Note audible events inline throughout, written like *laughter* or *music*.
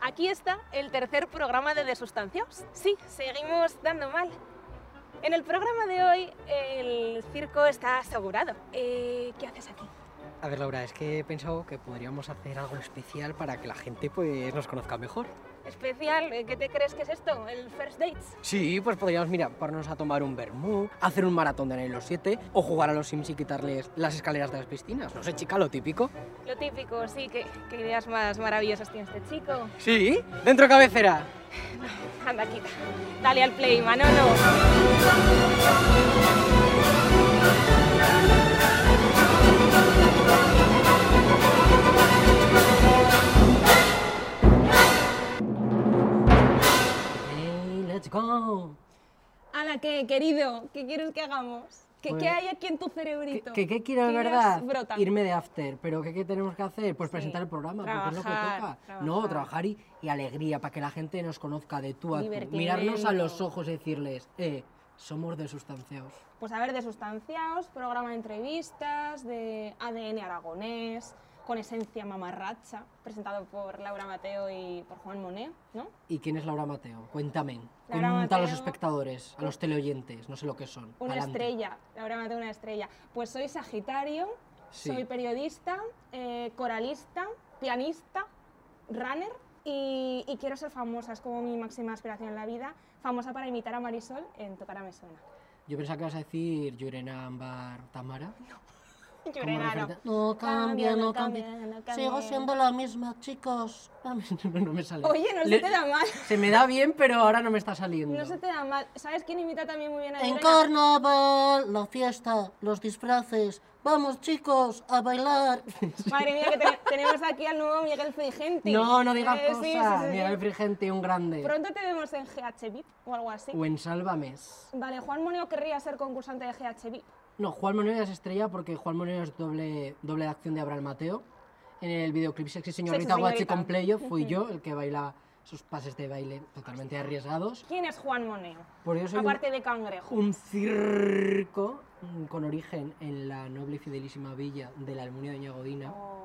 Aquí está el tercer programa de Desustanciados. Sí, seguimos dando mal. En el programa de hoy el circo está asegurado. Eh, ¿Qué haces aquí? A ver, Laura, es que he pensado que podríamos hacer algo especial para que la gente pues, nos conozca mejor. Especial, eh, ¿qué te crees que es esto? ¿El First Dates? Sí, pues podríamos, mira, pararnos a tomar un vermú, hacer un maratón de Nilo 7 o jugar a los Sims y quitarles las escaleras de las piscinas. No sé, chica, lo típico. Lo típico, sí, qué, qué ideas más maravillosas tiene este chico. Sí, dentro cabecera. Anda, quita. Dale al play, Manolo. Hey, let's go. Ala, ¿qué, querido? ¿Qué quieres que hagamos? ¿Qué, Pues- qué hay aquí en tu ¿Qué, cerebrito? qué, qué quiero de Tiras, verdad? brota. Irme de after. ¿Pero qué, qué tenemos que hacer? Pues Sí. presentar el programa, porque es lo que toca. Trabajar, No, trabajar. trabajar y, y alegría, para que la gente nos conozca de tú a tú. Divertimento. Mirarnos a los ojos y decirles, eh, somos de sustanciados. Pues a ver, de sustanciados, programa de entrevistas, de ADN aragonés, con esencia mamarracha, presentado por Laura Mateo y por Juan Monet, ¿no? ¿Y quién es Laura Mateo? Cuéntame. Laura Cuenta a los Mateo. espectadores, a los teleoyentes, no sé lo que son. Una Adelante. estrella, Laura Mateo, una estrella. Pues soy Sagitario, Sí. soy periodista, eh, coralista, pianista, runner y, y quiero ser famosa, es como mi máxima aspiración en la vida, famosa para imitar a Marisol en Tocar a Me Suena. Yo pensaba que ibas a decir Yurena Ambar Tamara. como Llorena, no. referente- no cambia, no cambia. no cambia. Sigo siendo la misma, *laughs* chicos. No, no me sale. Oye, no Le- se te da mal. Se me da bien, pero ahora no me está saliendo. No se te da mal. ¿Sabes quién imita también muy bien a En Llorena? carnaval, la fiesta, los disfraces. Vamos chicos, a bailar. Madre mía, que te- *laughs* tenemos aquí al nuevo Miguel Frigenti. *laughs* No, no digas Eh, sí, cosas. sí, sí, sí. Miguel Frigente, un grande. Pronto te vemos en GH VIP o algo así. O en Sálvames. Vale, Juan Moneo querría ser concursante de GH VIP. No, Juan Monero es estrella porque Juan Monero es doble, doble de acción de Abraham Mateo. En el videoclip Sexy Señorita Sexy Guachi Señorita. con Playo fui yo el que baila sus pases de baile totalmente arriesgados. ¿Quién es Juan Moneo? Por eso soy un- Aparte de cangrejo. un circo mm, con origen en la noble y fidelísima villa de la Almunia de Ñagodina. Oh.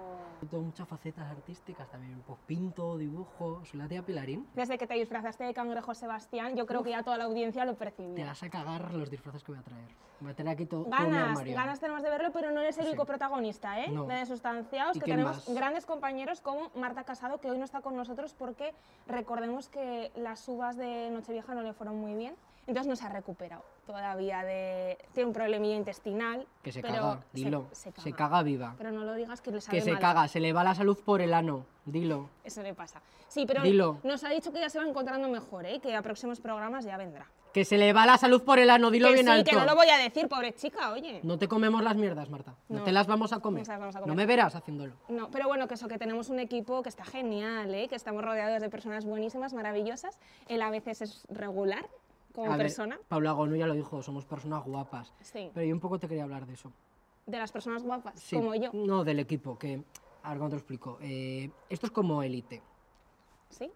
Tengo muchas facetas artísticas también, pues pinto, dibujo, soy la tía Pilarín. Desde que te disfrazaste de cangrejo, Sebastián, yo creo que ya toda la audiencia lo Te percibió. vas a cagar los disfraces que voy a traer. Voy a tener aquí to- todo mi Ganas, armario. ganas tenemos de verlo, pero no eres el Sí. único protagonista, ¿eh? No. De Sustanciados, ¿Y que quién tenemos más? grandes compañeros como Marta Casado, que hoy no está con nosotros porque recordemos que las uvas de Nochevieja no le fueron muy bien, entonces no se ha recuperado todavía de... Tiene un problemilla intestinal, Que se pero caga, se- dilo. se caga. viva. pero no lo digas que le sale Que se mal. caga, se le va la salud por el ano, dilo. Eso le pasa. Sí, pero Dilo. nos ha dicho que ya se va encontrando mejor, ¿eh? Que a próximos programas ya vendrá. Que se le va la salud por el ano, dilo que bien sí, alto. que no lo voy a decir, pobre chica, oye. No te comemos las mierdas, Marta. No, No. te las vamos a comer. No se las vamos a No comer. me verás haciéndolo. No, pero bueno, que eso, que tenemos un equipo que está genial, ¿eh? que estamos rodeados de personas buenísimas, maravillosas. Él a veces es regular como A ver, persona. Paula Gono ya lo dijo, somos personas guapas. Sí, Pero yo un poco te quería hablar de eso. de las personas guapas, Sí, como yo. No, del equipo, que... A ver, ¿cómo te lo explico? Eh, esto es como élite. ¿Sí?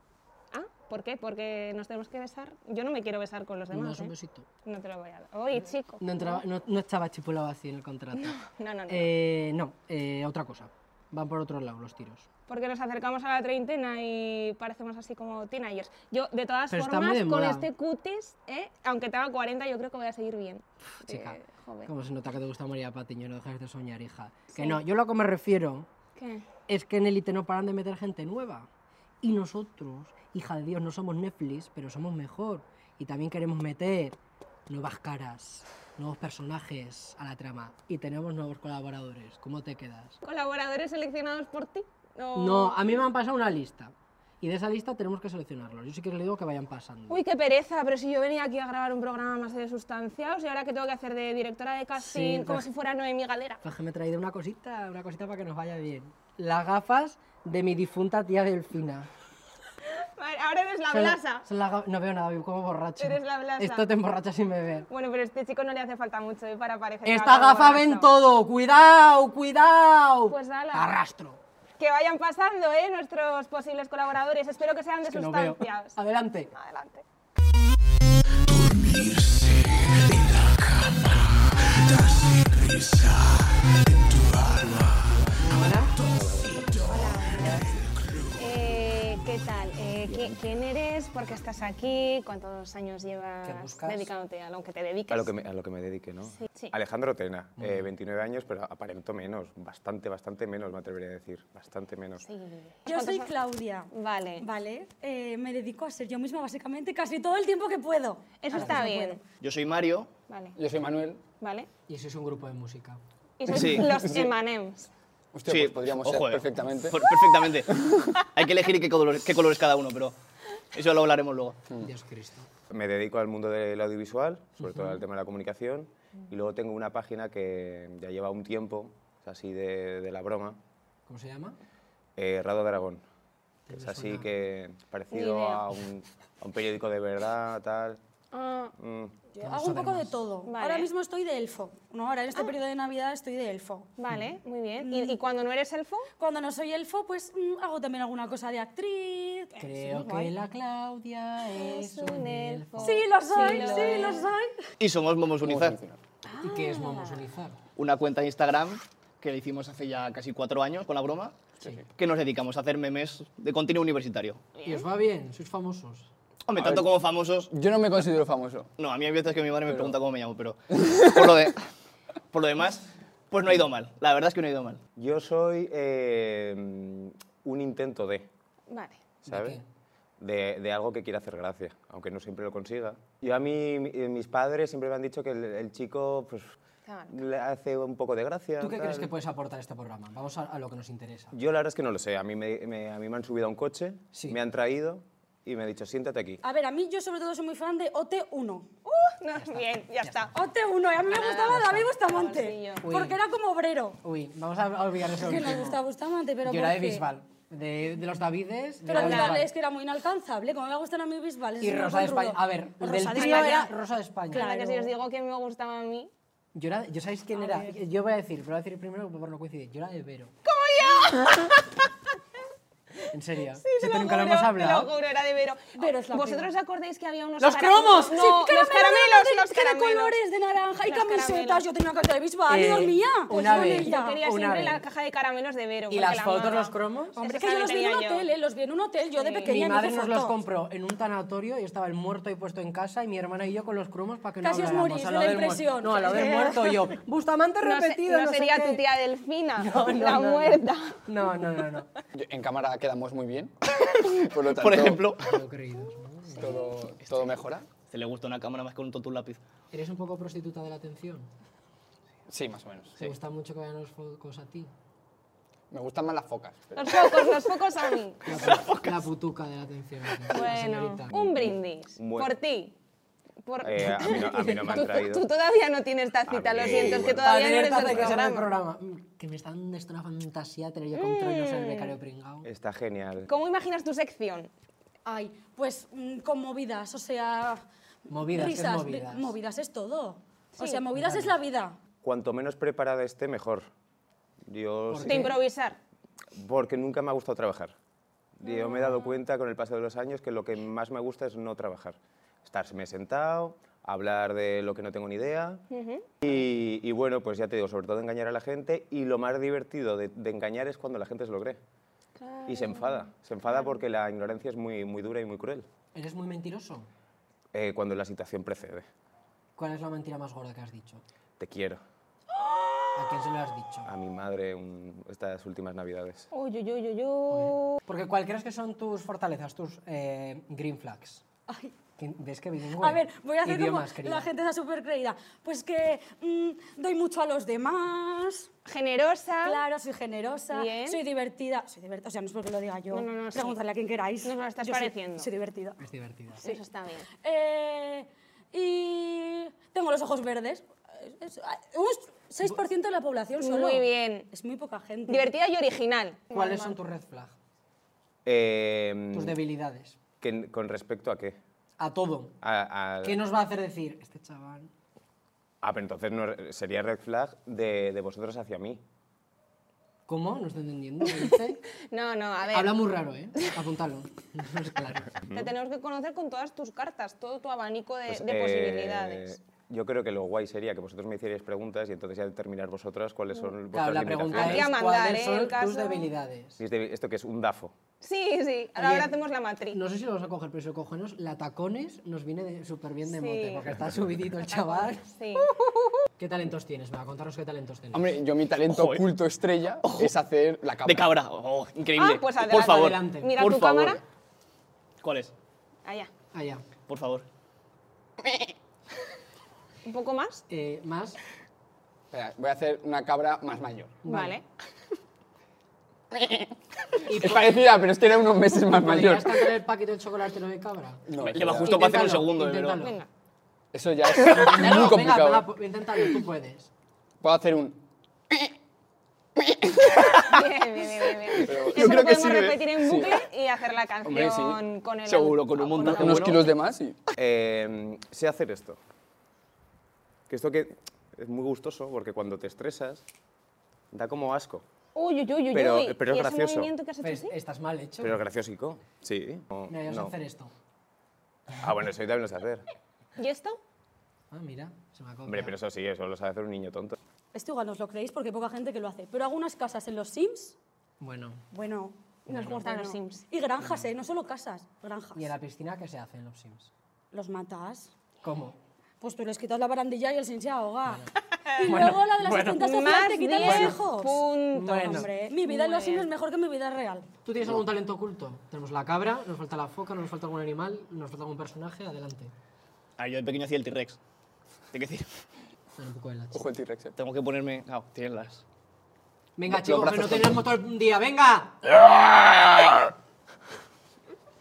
Ah, ¿por qué? Porque nos tenemos que besar. Yo no me quiero besar con los No demás. es un ¿eh? besito. No te lo voy a dar. Oye, chico. No, entraba- no, no estaba chipulado así en el contrato. No, no, no. Eh, no, eh, otra cosa. Van por otro lado los tiros. Porque nos acercamos a la treintena y parecemos así como teenagers. Yo, de todas Pero está muy formas, de con moda. este cutis, ¿eh? aunque tenga 40, yo creo que voy a seguir bien. chica, Eh, joven. Como se nota que te gusta María Patiño, no dejas de soñar, hija. Que Sí. no, yo lo que me refiero ¿Qué? es que en élite no paran de meter gente nueva. Y nosotros, hija de Dios, no somos Netflix, pero somos mejor. Y también queremos meter nuevas caras, nuevos personajes a la trama. Y tenemos nuevos colaboradores. ¿Cómo te quedas? ¿Colaboradores seleccionados por ti? ¿O- No, a mí me han pasado una lista. Y de esa lista tenemos que seleccionarlos. Yo sí que les digo que vayan pasando. Uy, qué pereza, pero si yo venía aquí a grabar un programa más de sustancias y ahora que tengo que hacer de directora de casting Sí, como pues- si fuera Noemí *laughs* Galera. Pues que me he traído una cosita, una cosita para que nos vaya bien. Las gafas de mi difunta tía Delfina. Vale, Ahora eres la Son la- blasa. son las ga- no veo nada, vivo como borracho. Eres la blasa. Esto te emborracha sin beber. Bueno, pero a este chico no le hace falta mucho ¿eh? para parecer. Esta gafa ven ven todo, cuidado, cuidado. Pues ala. Arrastro. Que vayan pasando, ¿eh? Nuestros posibles colaboradores. Espero que sean de Es que no veo. sustancias. Adelante. Adelante. Hola. Eh, ¿Qué tal? Eh, eh, qui- quién eres, por qué estás aquí, cuántos años llevas buscas? dedicándote a lo que te dediques. A lo que me, a lo que me dedique, ¿no? Sí, sí. Alejandro Tena, eh, 29 años, pero aparento menos, bastante, bastante menos, me atrevería a decir, bastante menos. Sí. Yo soy ¿Cuántos- Claudia. Vale. Vale, eh, me dedico a ser yo misma básicamente casi todo el tiempo que puedo. Eso está bien. Yo soy Mario. Vale. Yo soy Manuel. Vale. Y eso es un grupo de música. Y sois Sí, los Emanems. Usted pues, podríamos ojo, ser eh. perfectamente. Per- perfectamente. Hay que elegir qué colores, qué colores cada uno, pero eso lo hablaremos luego. Dios Cristo. Me dedico al mundo del audiovisual, sobre todo al tema de la comunicación, y luego tengo una página que ya lleva un tiempo, es así de, de la broma, ¿Cómo se llama? eh, Radio de Aragón. que Es me así suena. que Ni parecido idea. a un, a un periódico de verdad, tal. Ah, Mm, Yo Vamos hago a un ver poco de más. todo. Vale. Ahora mismo estoy de elfo. No, ahora en este periodo de Navidad estoy de elfo. vale, muy bien. ¿Y, y cuando no eres elfo? Cuando no soy elfo, pues mm, hago también alguna cosa de actriz. Eh, Creo soy que guay. la Claudia es un elfo. Sí, lo soy, lo sí, lo es. soy. Y somos Momos Unizar, ¿Y qué es Vamos Unizar? una cuenta de Instagram que le hicimos hace ya casi cuatro años con la broma, que nos dedicamos a hacer memes de contenido universitario. ¿Y os va bien? ¿Sois famosos? Hombre, tanto como famosos, Yo no me considero famoso. No, a mí hay veces que mi madre me pregunta cómo me llamo, pero por lo, de- por lo demás, pues no ha ido mal. La verdad es que no ha ido mal. Yo soy eh, mm, un intento de, Vale. ¿sabes? De, de algo que quiera hacer gracia, aunque no siempre lo consiga. Yo a mí, mi- eh, mis padres siempre me han dicho que el, el chico pues, Claro. le hace un poco de gracia. ¿Tú qué tal. crees que puedes aportar a este programa? Vamos a, a lo que nos interesa. Yo la verdad es que no lo sé. A mí me, me- a mí me han subido a un coche, Sí. Ah. me han traído y me han dicho, siéntate aquí. A ver, a mí yo sobre todo soy muy fan de OT1. Uh, no, bien, ya está. OT1, y Ah, a mí me gustaba David Bustamante. Bolsillo. Uy. Porque era como obrero. Uy, vamos a olvidar eso. Que me gustaba Bustamante, pero. Yo era de porque- Bisbal. De, de los Davides. yo Pero era de claro, Bisbal. es que era muy inalcanzable. Como me gustan a mí Bisbal. ese Y señor Rosa de con España. rulo. A ver, Rosa del de trío era España. Rosa de España. Ahora Oh, que si Claro. os digo que me gustaba a mí. Yo, era, yo sabéis quién era. Yo voy a decir, pero voy a decir primero por no coincidir. Yo era de Vero. ¡Como yo! *laughs* ¿En serio? Sí, Te lo nunca lo juro, hemos Te lo hablado. juro, era de Vero. Vero es la ¿Vosotros os acordáis que había unos ¡Los cara- cromos! No, Sí, los caramelos, de- los que de caramelos. colores, de naranja y Los camisetas. caramelos. Yo tenía una carta de Bisbal y Eh, dormía. una con vez. ella. Yo quería Una siempre vez. la caja de caramelos de Vero. ¿Y porque las la fotos, amaba. los cromos? Esos Hombre, que yo también los vi en un tenía yo. hotel, eh, los vi en un hotel, yo de Sí. pequeña. Mi ni madre hice nos los foto. compró en un tanatorio y estaba el muerto ahí puesto en casa y mi hermana y yo con los cromos para que Casi no os habláramos. morís Al de lado la del muer- impresión. No, a lo del muerto *laughs* yo. Bustamante No, se- repetido, no no sé sería qué. tu tía Delfina, *laughs* No, no, la no, no. muerta. No, no, no, no. Yo- en cámara quedamos muy *laughs* bien. Por *laughs* lo tanto, Por ejemplo, Todo creídos, ¿no? Todo, todo mejora. se le gusta una cámara más que un tonto un lápiz. ¿Eres un poco prostituta de la atención? Sí, más o menos. ¿Te gusta mucho que vean los focos a ti? Me gustan más las focas. pero- Los focos, los focos a *laughs* mí. La, la putuca de la atención. la Bueno, señorita. un brindis. Bueno. Por ti. Por- Eh, *laughs* a, mí no, a *laughs* mí no me Tú- han tú- traído. Tú, todavía no tienes tacita, A mí, lo siento, es que bueno. Para todavía no tener eres taza el que será el programa. programa. Mm, Que me están dando esto una fantasía tener yo con troños el becario pringao. Está genial. ¿Cómo imaginas tu sección? Ay, pues mm, conmovidas, o sea. Movidas, ¿qué es risas, vi- movidas? movidas es todo. O Sí. sea, movidas es la vida. Cuanto menos preparada esté, mejor. Yo sí- De improvisar. Porque nunca me ha gustado trabajar. Yo me he dado cuenta con el paso de los años que lo que más me gusta es no trabajar. Estarme sentado, hablar de lo que no tengo ni idea. y, y bueno, pues ya te digo, sobre todo engañar a la gente. Y lo más divertido de, de engañar es cuando la gente se lo cree. Y se enfada. Se enfada porque la ignorancia es muy, muy dura y muy cruel. ¿Eres muy mentiroso? Eh, cuando la situación precede. ¿Cuál es la mentira más gorda que has dicho? Te quiero. ¿A quién se lo has dicho? A mi madre un- estas últimas navidades. Uy, uy, uy, uy, uy. Porque ¿cuál crees que son tus fortalezas, tus eh, green flags? ¿Quién- ¿Ves que bilingüe? A ver, voy a hacer Idiomas, como querida. la gente está súper creída. Pues que mm, doy mucho a los demás. Generosa. Claro, soy generosa, Bien. soy divertida. Soy divertida, o sea, no es porque lo diga yo. No, no, no, sí. Preguntadle a quien queráis. No, no, estás Yo soy- pareciendo. Soy, divertida. Es divertida. Eso está bien. Eh, y tengo los ojos verdes. Es- es- un 6% de la población solo. Muy bien. Es muy poca gente. Divertida y original. ¿Cuáles son tus red flags? Eh, Tus debilidades. que- ¿Con respecto a qué? A todo. A- al- ¿Qué nos va a hacer decir este chaval? Ah, pero entonces no- sería red flag de, de vosotros hacia mí. Eh, ¿Cómo? ¿No estoy entendiendo? ¿Qué dice? No, no, a ver. Habla muy raro, ¿eh? Apuntalo. No *laughs* es claro. Te tenemos que conocer con todas tus cartas, todo tu abanico de, Pues, de eh, posibilidades. Yo creo que lo guay sería que vosotros me hicierais preguntas y entonces ya determinar vosotras cuáles son vuestras Claro, la limitaciones. pregunta Aquí a es mandar, ¿eh? cuáles El son tus caso- debilidades. Mis debi- Esto que es un dafo. *laughs* Sí, sí, ahora, Oye, hacemos la matriz. No sé si lo vamos a coger, pero si lo cogemos, la tacones nos viene de- súper bien de Sí. mote, porque está subidito el chaval. Sí. ¿Qué talentos tienes? Va, contaros qué talentos tienes. Hombre, yo mi talento Ojo, eh. oculto estrella Ojo. es hacer la cabra. De cabra. Oh, increíble. Ah, pues Por adelante, favor. adelante. Mira por tu favor. cámara. ¿Cuál es? Allá. Allá. Por favor. ¿Un poco más? Eh, más. Espera, voy a hacer una cabra más mayor. Vale. Es parecida, pero es que era unos meses más mayor. ¿Podrías cantar el paquete de chocolate no de cabra? No, Me eso lleva ya- justo para hacer un Inténtalo, segundo, eh, pero- inténtalo. Venga. Eso ya es Ya no, muy venga, complicado. venga, ¿eh? pu- inténtalo, tú puedes. Puedo hacer un. Bien, bien, bien, bien, bien. Eso Pero- Yo lo creo que podemos sirve. repetir en Sí. bucle y hacer la canción Hombre, sí. con el Seguro, con un montaje Unos bueno. kilos de más y. Eh, sé hacer esto. Que esto que es muy gustoso porque cuando te estresas da como asco, Uy, uy, uy, uy. Pero- uy. pero es ¿Y ese gracioso. movimiento que has hecho Pues, así? estás mal hecho. pero graciosico. Sí. No, Mira, vamos no. a hacer esto. Ah, bueno, eso yo también lo sé hacer. ¿Y esto? Ah, mira, se me ha Hombre, pero eso sí, eso lo sabe hacer un niño tonto. Esto igual no os lo creéis porque hay poca gente que lo hace. Pero algunas casas en los Sims, Bueno, bueno. Nos gustan los Sims. Y granjas, ¿eh? No solo casas, granjas. ¿y en la piscina qué se hace en los Sims? Los matas. ¿Cómo? Pues tú les quitas la barandilla y el Sim se ahoga. Y luego la de las cuentas Más sociales te quita los 10 hijos. puntos. Bueno. Hombre, mi vida en los Muy Sims bien. es mejor que mi vida real. ¿Tú tienes algún talento oculto? Tenemos la cabra, nos falta la foca, nos falta algún animal, nos falta algún personaje, adelante. Ah, yo de pequeño hacía el T-Rex. Tengo que decir, Dale un poco de la chica. Ojo el T-Rex. eh. tengo que ponerme. Claro, tienen las. Venga, Los chicos, que brazos no con- tenemos todo el día, venga.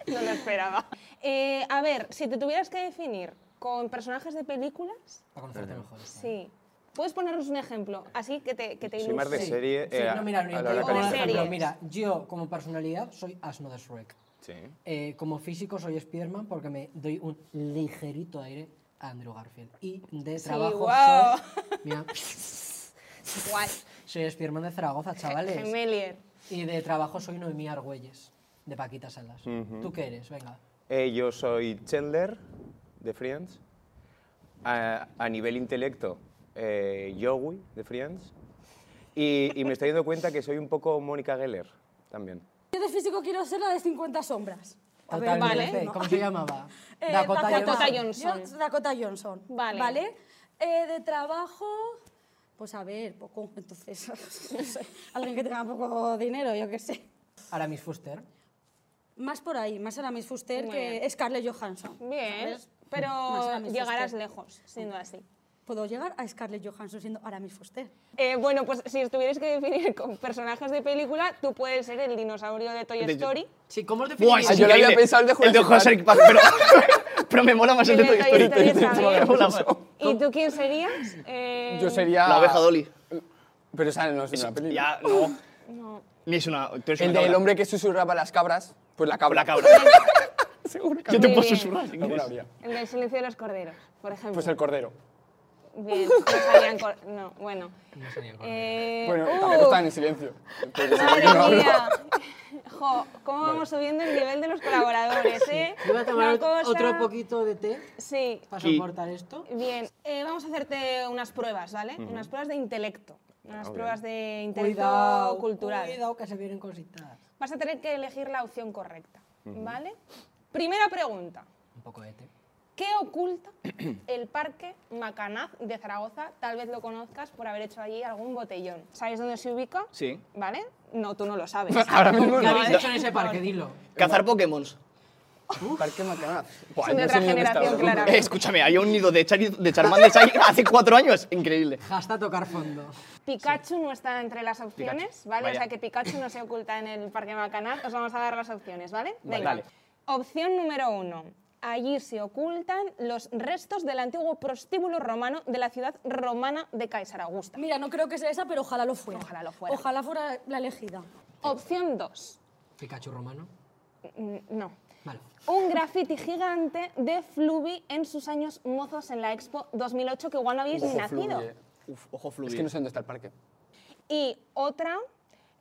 No lo esperaba. Eh, a ver, si te tuvieras que definir con personajes de películas, Para conocerte mejor. sí. ¿Puedes ponernos un ejemplo? Así que te, que te Soy más de ilustre. serie. Sí, eh, no, mira, a no, la yo hora tengo que un como hay- serie. ejemplo, series. mira, yo como personalidad soy asno de Shrek. Sí. Eh, como físico soy Spiderman porque me doy un ligerito aire a Andrew Garfield. Y de trabajo guau. soy... Mira, *laughs* Guay. soy Spiderman de Zaragoza, Pues, chavales. Gemelier. Y de trabajo soy Noemí Argüelles, de Paquita Salas. ¿Tú qué eres? Venga. Eh, yo soy Chandler de Friends. A, a nivel intelecto, eh, Joey de Friends. Y, y me estoy dando cuenta que soy un poco Mónica Geller también. Yo de físico quiero ser la de 50 sombras. A ver, Totalmente. vale, ¿no? ¿Cómo se llamaba? *laughs* Eh, Dakota, Dakota Johnson. Johnson. Yo- Dakota Johnson. Vale. Eh, de trabajo, pues a ver, poco. Entonces, *laughs* no sé, alguien que tenga poco dinero, yo qué sé. Aramis Fuster. Más por ahí, más Aramis Fuster Muy que bien. Scarlett Johansson. Bien. ¿sabes? Más Pero Aramis llegarás Fuster. lejos, siendo así. Puedo llegar a Scarlett Johansson siendo Aramis Fuster. Eh, bueno, pues si estuvieras que definir con personajes de película, tú puedes ser el dinosaurio de Toy De- Story. Sí, ¿cómo os Buah, definiríais? es Ah, yo le había increíble. pensado el de El de Jurassic Jurassic Park, pero, *laughs* pero me mola más el de El de *laughs* Toy Story. Toy Story Me mola también. más. ¿Y tú quién serías? Eh, Yo sería. La oveja Dolly. Pero esa no es una película. Ya, no. Ni es una. tú eres El una del cabra. hombre que susurraba a las cabras, pues la cabra. La cabra. Yo te Muy puedo bien. susurrar. si Alguna quieres. habría. El del silencio de los corderos, por ejemplo. *laughs* Pues el cordero. Bien, no salían cor- No, bueno. No sería el correcto. Eh, Bueno, ¡uh! tampoco están en silencio. Pero seguro que no ¡Madre hablo. mía! Jo, ¿cómo vamos subiendo el nivel de los colaboradores, eh? Yo voy a tomar Una cosa- otro poquito de té Sí, para Sí. soportar esto. bien. Eh, vamos a hacerte unas pruebas, ¿vale? Unas pruebas de intelecto. Unas pruebas de intelecto Cuidado, cultural. Cuidado que se vienen cositas. Vas a tener que elegir la opción correcta, ¿vale? Primera pregunta. Un poco de té. ¿Qué oculta *clears throat* el Parque Macanaz de Zaragoza? Tal vez lo conozcas por haber hecho allí algún botellón. ¿Sabes dónde se ubica? Sí. ¿Vale? No, tú no lo sabes. *laughs* Ahora mismo ¿Qué no. habéis hecho en ese parque? Dilo. Cazar Pokémons. Parque Macanaz. Son de otra generación, claramente. Eh, escúchame, había un nido de, Chari- de Charmander ahí hace cuatro años. Increíble. Hasta tocar fondo. Pikachu no está entre las opciones, Pikachu, ¿vale? O vaya. sea que Pikachu no se oculta en el Parque Macanaz. Os vamos a dar las opciones, ¿vale? Vale. Venga. Vale. Opción número uno. Allí se ocultan los restos del antiguo prostíbulo romano de la ciudad romana de Caesar Augusta. Mira, no creo que sea esa, pero ojalá lo fuera. Ojalá lo fuera. Ojalá fuera la elegida. Opción dos. Pikachu romano. Mm, No. Vale. Un graffiti gigante de Fluvi en sus años mozos en la Expo 2008, que igual no habéis ni Ojo, nacido. eh. fluye. Uf, ojo fluido. Es que no sé dónde está el parque. Y otra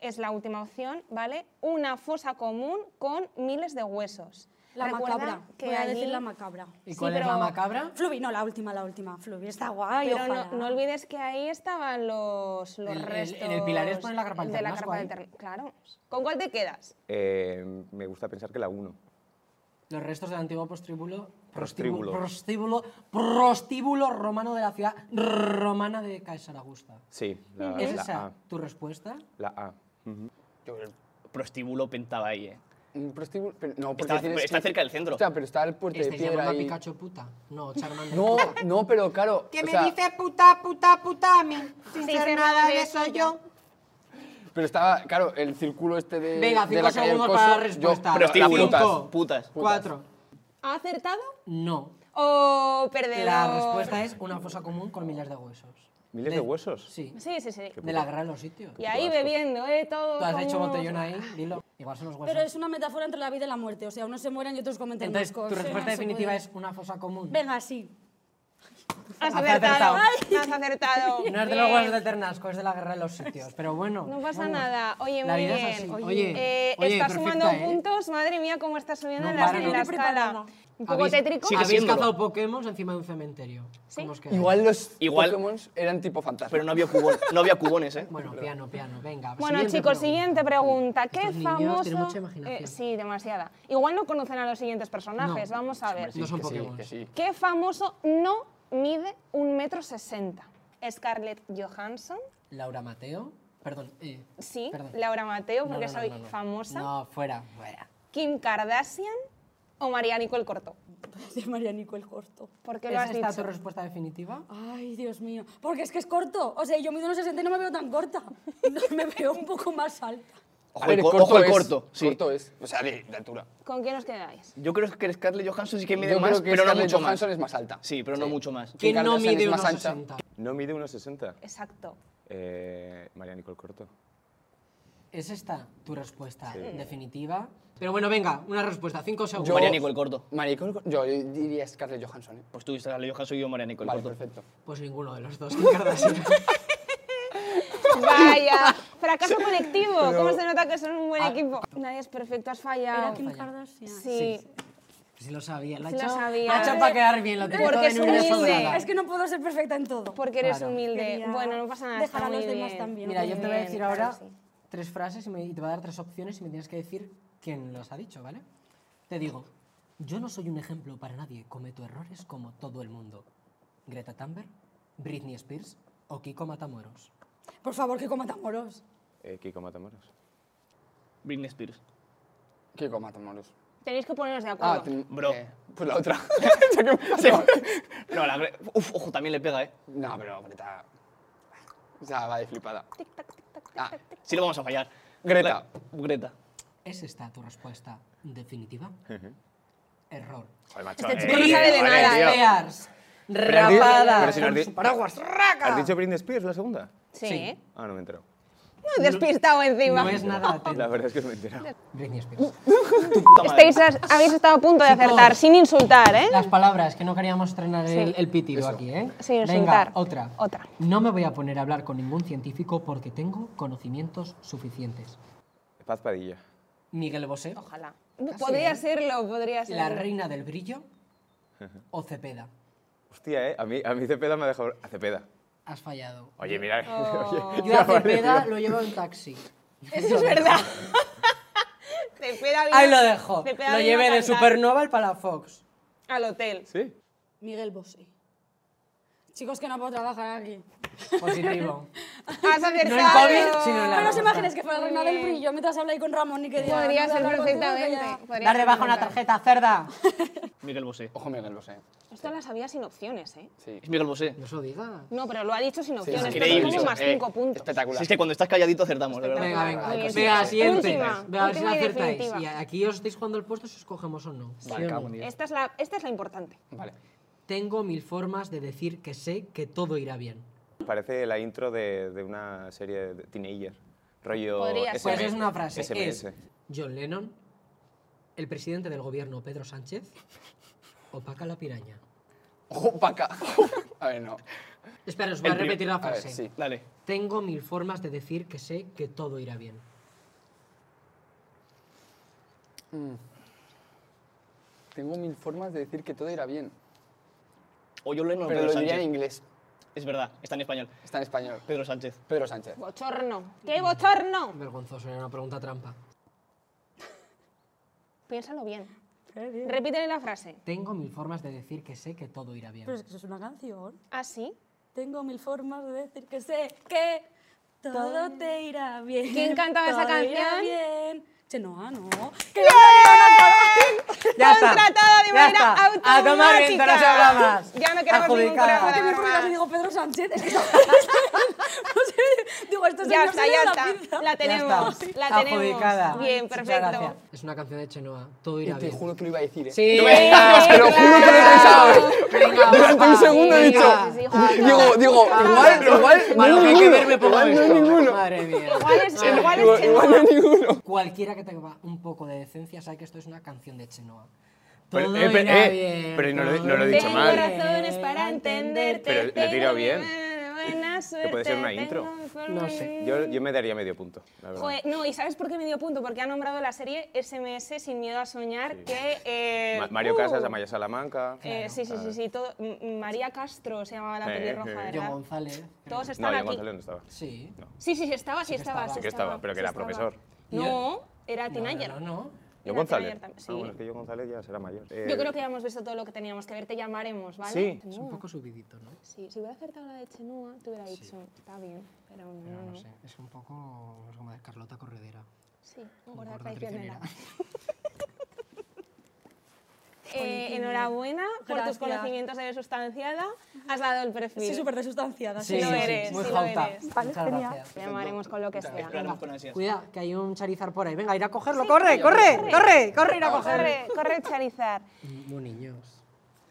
es la última opción, ¿vale? Una fosa común con miles de huesos. La Recuerda macabra. que Voy a allí- decir la macabra. ¿Y Sí, cuál es la pero- macabra? Fluvi, no, la última, la última. Fluvi, está guay, Pero ojalá. no, no olvides que ahí estaban los, los El- el- restos. en el Pilares ponen la carpa de la alterna, carpa guay. alterna, Claro. ¿Con cuál te quedas? Eh, me gusta pensar que la 1. Los restos del antiguo prostíbulo, prostíbulo, Prostíbulo. prostíbulo, prostíbulo romano de la ciudad romana de Caesar Augusta. Sí, la, ¿Es la esa A. tu respuesta? La A. Ujú. Yo creo- Prostíbulo pintaba ahí, ¿eh? Un prostíbulo. pero no, porque Está- tienes está que- cerca del centro. Hostia, pero está el puente de ¿Estáis piedra llamando Este, a ahí. Pikachu puta? No, Charmander. No, no, pero *laughs* claro. Que o me sea, dice puta, puta, puta a mí, sin Sin ser ser nada nada de de eso eso. yo. Pero estaba, claro, el círculo este de. Venga, de cinco la calle del segundos Coso, para la yo- respuesta. pero Cinco, Prostíbulo. putas. Putas. Cuatro. ¿Ha acertado No. o perdedor? La respuesta es una fosa común con miles de huesos. ¿Miles de huesos? Sí. Sí, sí, sí. De la guerra de los sitios. Y ahí bebiendo, ¿eh? Todo. Tú has como- hecho botellón ahí, dilo. Igual son los huesos. Pero es una metáfora entre la vida y la muerte. O sea, unos se mueren y otros cometen Entonces, tu más cosas. respuesta No se definitiva puede. es una fosa común. Venga, sí. *laughs* Has Has acertado. acertado. Has acertado. *laughs* No es de los huesos de Ternasco, es de la guerra de los sitios. Pero bueno. No pasa vamos. nada. Oye, La muy vida es bien. así. Oye, Eh, oye, está perfecta, sumando ¿eh? puntos. Madre mía, cómo está subiendo No en la, para, en no. la Estoy preparada. escala. Un poco tétrico. Sí, que Habéis siéndolo. cazado Pokémon encima de un cementerio. ¿Cómo os quedáis? Igual los Igual- Pokémon eran tipo fantasma. Pero no había, cubon- no había cubones, ¿eh? Bueno, piano, piano, venga. Bueno, siguiente chicos, pregunta. siguiente pregunta. ¿Qué Estos niños famoso? tienen mucha imaginación. Eh, sí, demasiada. Igual no conocen a los siguientes personajes. No. Vamos a ver. No son que sí, Pokémon. que sí. ¿Qué famoso no mide un metro sesenta? Scarlett Johansson, Laura Mateo. Perdón. eh, sí. perdón. Laura Mateo, No, porque no, no, soy no, no. famosa. No, fuera, fuera. Kim Kardashian o María Nicole Cortó. De María Nico el corto. ¿Por qué lo ¿Es has esta tu dicho? respuesta definitiva? Ay, Dios mío. Porque es que es corto. O sea, yo mido unos 60 y no me veo tan corta. *laughs* me veo un poco más alta. Ojo el, Pero co- ojo el es, corto. Sí. Corto es. O sea, de, de altura. ¿Con quién os quedáis? Yo creo que Scarlett Johansson sí que mide Yo más, creo que pero no Scarlett mucho Johansson más. es más alta. Sí, pero no mucho más. Que Kim no Kardashian mide es más unos ancha. 60. No mide 1,60. Exacto. Eh, María Nicole Corto. ¿Es esta tu respuesta definitiva? Pero bueno, venga, una respuesta, cinco segundos. María Nico el corto. Maricol, yo diría Scarlett Johansson, ¿eh? Pues tú, Scarlett Johansson y yo, María Nico el Vale, corto. perfecto. Pues ninguno de los dos, *laughs* Kim *laughs* Kardashian. *laughs* Vaya, fracaso colectivo. ¿Cómo se nota que son un buen equipo? Nadie es perfecto, has Ah. Era fallado. Kim Kardashian. Sí. Si lo sabía, lo ha Sí lo hecho, sabía. para quedar bien, lo tenía Porque todo es en una humilde. sobrada. Es que no puedo ser perfecta en todo. Porque eres Claro. humilde. Quería Bueno, no pasa nada. dejar está a los muy demás bien. también. Mira, Muy yo te voy a bien, decir claro ahora que sí. tres frases y, me- y te voy a dar tres opciones y me tienes que decir quién los ha dicho, ¿vale? Te digo, yo no soy un ejemplo para nadie, cometo errores como todo el mundo. Greta Thunberg, Britney Spears o Kiko Matamoros. Por favor, que coma tamoros. Eh, Kiko Matamoros. Britney Spears. Kiko Matamoros. Tenéis que poneros de acuerdo. Ah, ten- Bro. eh, pues la otra. *laughs* *laughs* Sí. No, la Gre- Uf, ojo, también le pega, ¿eh? no, pero Greta. O sea, va de flipada. Tic, tac, tic, tac, tic, Ah, tac. Sí lo vamos a fallar. Greta. La- Greta. ¿Es esta tu respuesta definitiva? Error. Joder, macho, Este eh, chico no sabe de joder, nada, eh. tío. Spears, has dicho- rapada, pero si no has con di- su paraguas, ¿Has raca. dicho Britney Spears la segunda? Sí. Sí. ¿eh? Ah, no me he enterado. No, despistado encima. No es nada atento. La verdad es que no me he enterado. Britney Spears. Estáis, habéis estado a punto de acertar, sin insultar, ¿eh? Las palabras, que no queríamos estrenar el, el pitido aquí, ¿eh? Sin insultar. Venga, otra. Otra. No me voy a poner a hablar con ningún científico porque tengo conocimientos suficientes. Paz Padilla. Miguel Bosé, Ojalá. Podría ¿eh? serlo, podría serlo. la reina del brillo o Cepeda. Hostia, eh. A mí, a mí Cepeda me ha dejado. A Cepeda. Has fallado. Oye, mira. Oh. oye. Yo a Cepeda lo llevo en taxi. Eso es verdad. *laughs* Cepeda vino- Ahí lo dejo. Cepeda Lo vino llevé a de cantar Supernova al Palafox. Al hotel. Sí. Miguel Bosé. Chicos, que no puedo trabajar aquí. *laughs* Positivo. Has No acertado. en COVID, sino en la Pero os ropa. imagináis que fuera la reina del brillo mientras habla ahí con Ramón y que diga... Podría "No ser voy a hablar contigo, que ya". perfectamente. podría Dar de ser baja una perfectamente. tarjeta, cerda. Miguel Bosé. Ojo, Miguel, lo sé. Esto la sabía sin opciones, ¿eh? Sí. Es Miguel Bosé. No se lo digas. No, pero lo ha dicho sin opciones. sí, pero increíble. son más Eh, cinco puntos. Espectacular. Si es que cuando estás calladito acertamos, de verdad. Venga, venga. Muy bien, Venga, sí. siguiente. Última, Venga, a ver si la última y acertáis. definitiva. Y aquí os estáis jugando el puesto si os cogemos o no. ¿sí Vale, o no? cago en Dios. Esta es, la, esta es la importante. Vale. Tengo mil formas de decir que sé que todo irá bien. Parece la intro de, de una serie de Teenager. Rollo. Podría ser. Pues SMS. es una frase. SMS. Es John Lennon, el presidente del gobierno Pedro Sánchez o Paca la piraña. Ojo, paca. *laughs* A ver, no. Espera, os voy a El pri- repetir la A ver, frase. sí. Dale. Tengo mil formas de decir que sé que todo irá bien. Tengo mil formas de decir que todo irá bien. O yo lo he Pero lo diría en inglés. Es verdad, está en español. Está en español. Pedro Sánchez. Pedro Sánchez. Bochorno. Mm. ¡Qué bochorno! Vergonzoso, era una pregunta trampa. Piénsalo bien. Eh, Repítele la frase. Tengo mil formas de decir que sé que todo irá bien. Pero es que eso es una canción. ¿Así? Tengo mil formas de decir que sé que todo te irá bien. ¿Quién cantaba esa todo irá canción? bien. Chenoa, no. ya Ya está, contratada de ya manera está. automática. A tomar viento, no se habla más. Ya no queremos ningún Adjudicada. programa de Me verdad. fui y digo Pedro Sánchez. es que no *laughs* sé, digo, esto es Ya está, ya está. La Ya tenemos, está. la Adjudicada. tenemos. Bien, Muchas perfecto. gracias. Es una canción de Chenoa, todo Y irá te bien. juro que lo iba a decir, ¿eh? Sí, Te lo juro que lo he pensado. Venga, Durante un guapa. segundo he sí, dicho. sí, sí, guapa. *laughs* Digo, digo, igual, igual. Bueno, no que hay que ninguno, verme poco igual no hay esto. ninguno. Madre mía. Igual es, igual es Igual, igual no hay ninguno. Cualquiera que tenga un poco de decencia sabe que esto es una canción de Chenoa. Pero, Todo eh, pero, irá eh, bien, pero no lo he- todo no lo he irá dicho Tengo mal. bien. razones para entenderte. Pero le he tirado bien. tengo Buena suerte. puede ser una tengo intro. mi forma No de- sé. Yo, yo me daría medio punto, la verdad. Joder, no, ¿y sabes por qué me dio punto? Porque ha nombrado la serie SMS Sin Miedo a Soñar, que... eh, Ma- Mario uh, Casas, Amaya Salamanca. eh, sí, sí, sí, sí, todo- M- M- María Castro se llamaba la Eh, pelirroja, eh. ¿verdad? Yo González. creo. Todos No, están yo aquí. González no estaba. Sí. Sí, sí, sí, estaba, sí, que estaba. estaba. Sí que estaba, pero que sí era estaba. profesor. No, era No, teenager. No, no. ¿Yo Era González? teenager también, Ah, bueno, es sí. que yo González ya será mayor. Eh, Yo creo que ya hemos visto todo lo que teníamos que ver, te llamaremos, ¿vale? Sí. Tenía- Es un poco subidito, ¿no? Sí, si hubiera acertado la de Chenua, te hubiera dicho, está bien, pero no. Pero no sé. Es un poco es como de Carlota Corredera. Sí, un gorda gorda traicionera. traicionera. *laughs* Eh, enhorabuena por tus Gracias. conocimientos de sustanciada. Has dado el perfil. Soy súper desustanciada. Sí, lo eres, muy sí lo jauta. eres. Muchas gracias. Te llamaremos con lo que sea. Esperaremos con ansias. Cuidado, que hay un Charizard por ahí. Venga, ir a cogerlo. Corre, corre, corre, corre, ir a Corre, coger. corre, Charizard. Muy niños.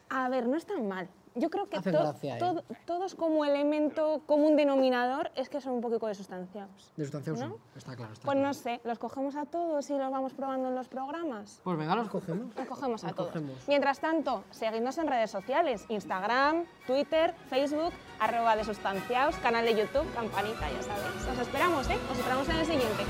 A ver, no es tan mal. Yo creo que Hacen to- gracia, ¿eh? to- todos como elemento común denominador es que son un poco desustanciados. De sustancia uso. ¿No? Está claro, está Pues claro. no sé, los cogemos a todos y los vamos probando en los programas. Pues venga, los cogemos. Los cogemos a Los todos. cogemos. Mientras tanto, seguidnos en redes sociales, Instagram, Twitter, Facebook, arroba de sustanciaos, canal de YouTube, campanita, ya sabéis. Os esperamos, ¿eh? Os esperamos en el siguiente.